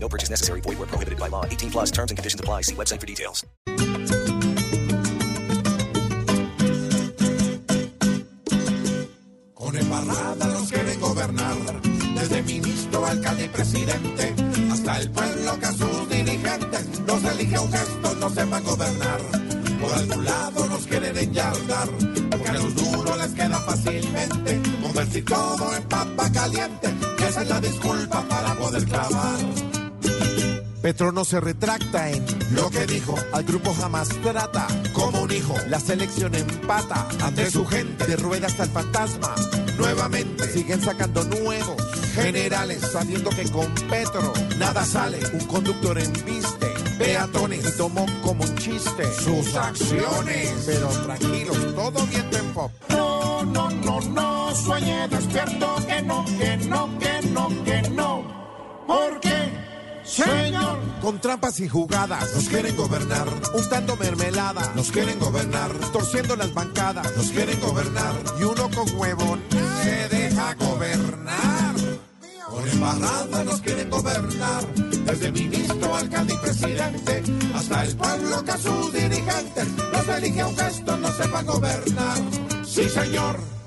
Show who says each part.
Speaker 1: No purchase necessary. Void where prohibited by law. 18 plus terms and conditions apply. See website for details.
Speaker 2: Con embarrada los quieren gobernar, desde ministro, alcalde y presidente, hasta el pueblo que a sus dirigentes los elige un gesto, no sepan gobernar. Por algún lado nos quieren enyardar, porque a los duros les queda fácilmente convertir todo en papa caliente, que esa es la disculpa para poder clavar.
Speaker 3: Petro no se retracta en
Speaker 2: Lo que dijo
Speaker 3: al grupo jamás trata.
Speaker 2: como un hijo,
Speaker 3: La selección empata
Speaker 2: Ante su gente.
Speaker 3: de ruedas al fantasma.
Speaker 2: nuevamente,
Speaker 3: Siguen sacando nuevos
Speaker 2: generales,
Speaker 3: sabiendo que con Petro
Speaker 2: nada sale,
Speaker 3: un conductor embiste y
Speaker 2: peatones,
Speaker 3: tomó como un chiste
Speaker 2: sus acciones.
Speaker 3: Pero tranquilos, todo viento en pop.
Speaker 2: No, no, no, no, sueñe despierto que no, que no, que no, que no. Porque, Señor,
Speaker 3: Con trampas y jugadas,
Speaker 2: nos quieren gobernar,
Speaker 3: untando mermelada,
Speaker 2: nos quieren gobernar,
Speaker 3: torciendo las bancadas
Speaker 2: nos quieren gobernar.
Speaker 3: y uno con huevón.
Speaker 2: Se deja gobernar. Con embarrada nos quieren gobernar, desde ministro, alcalde y presidente, hasta el pueblo que a sus dirigentes los elige a un gesto, no sepa gobernar. Sí, señor.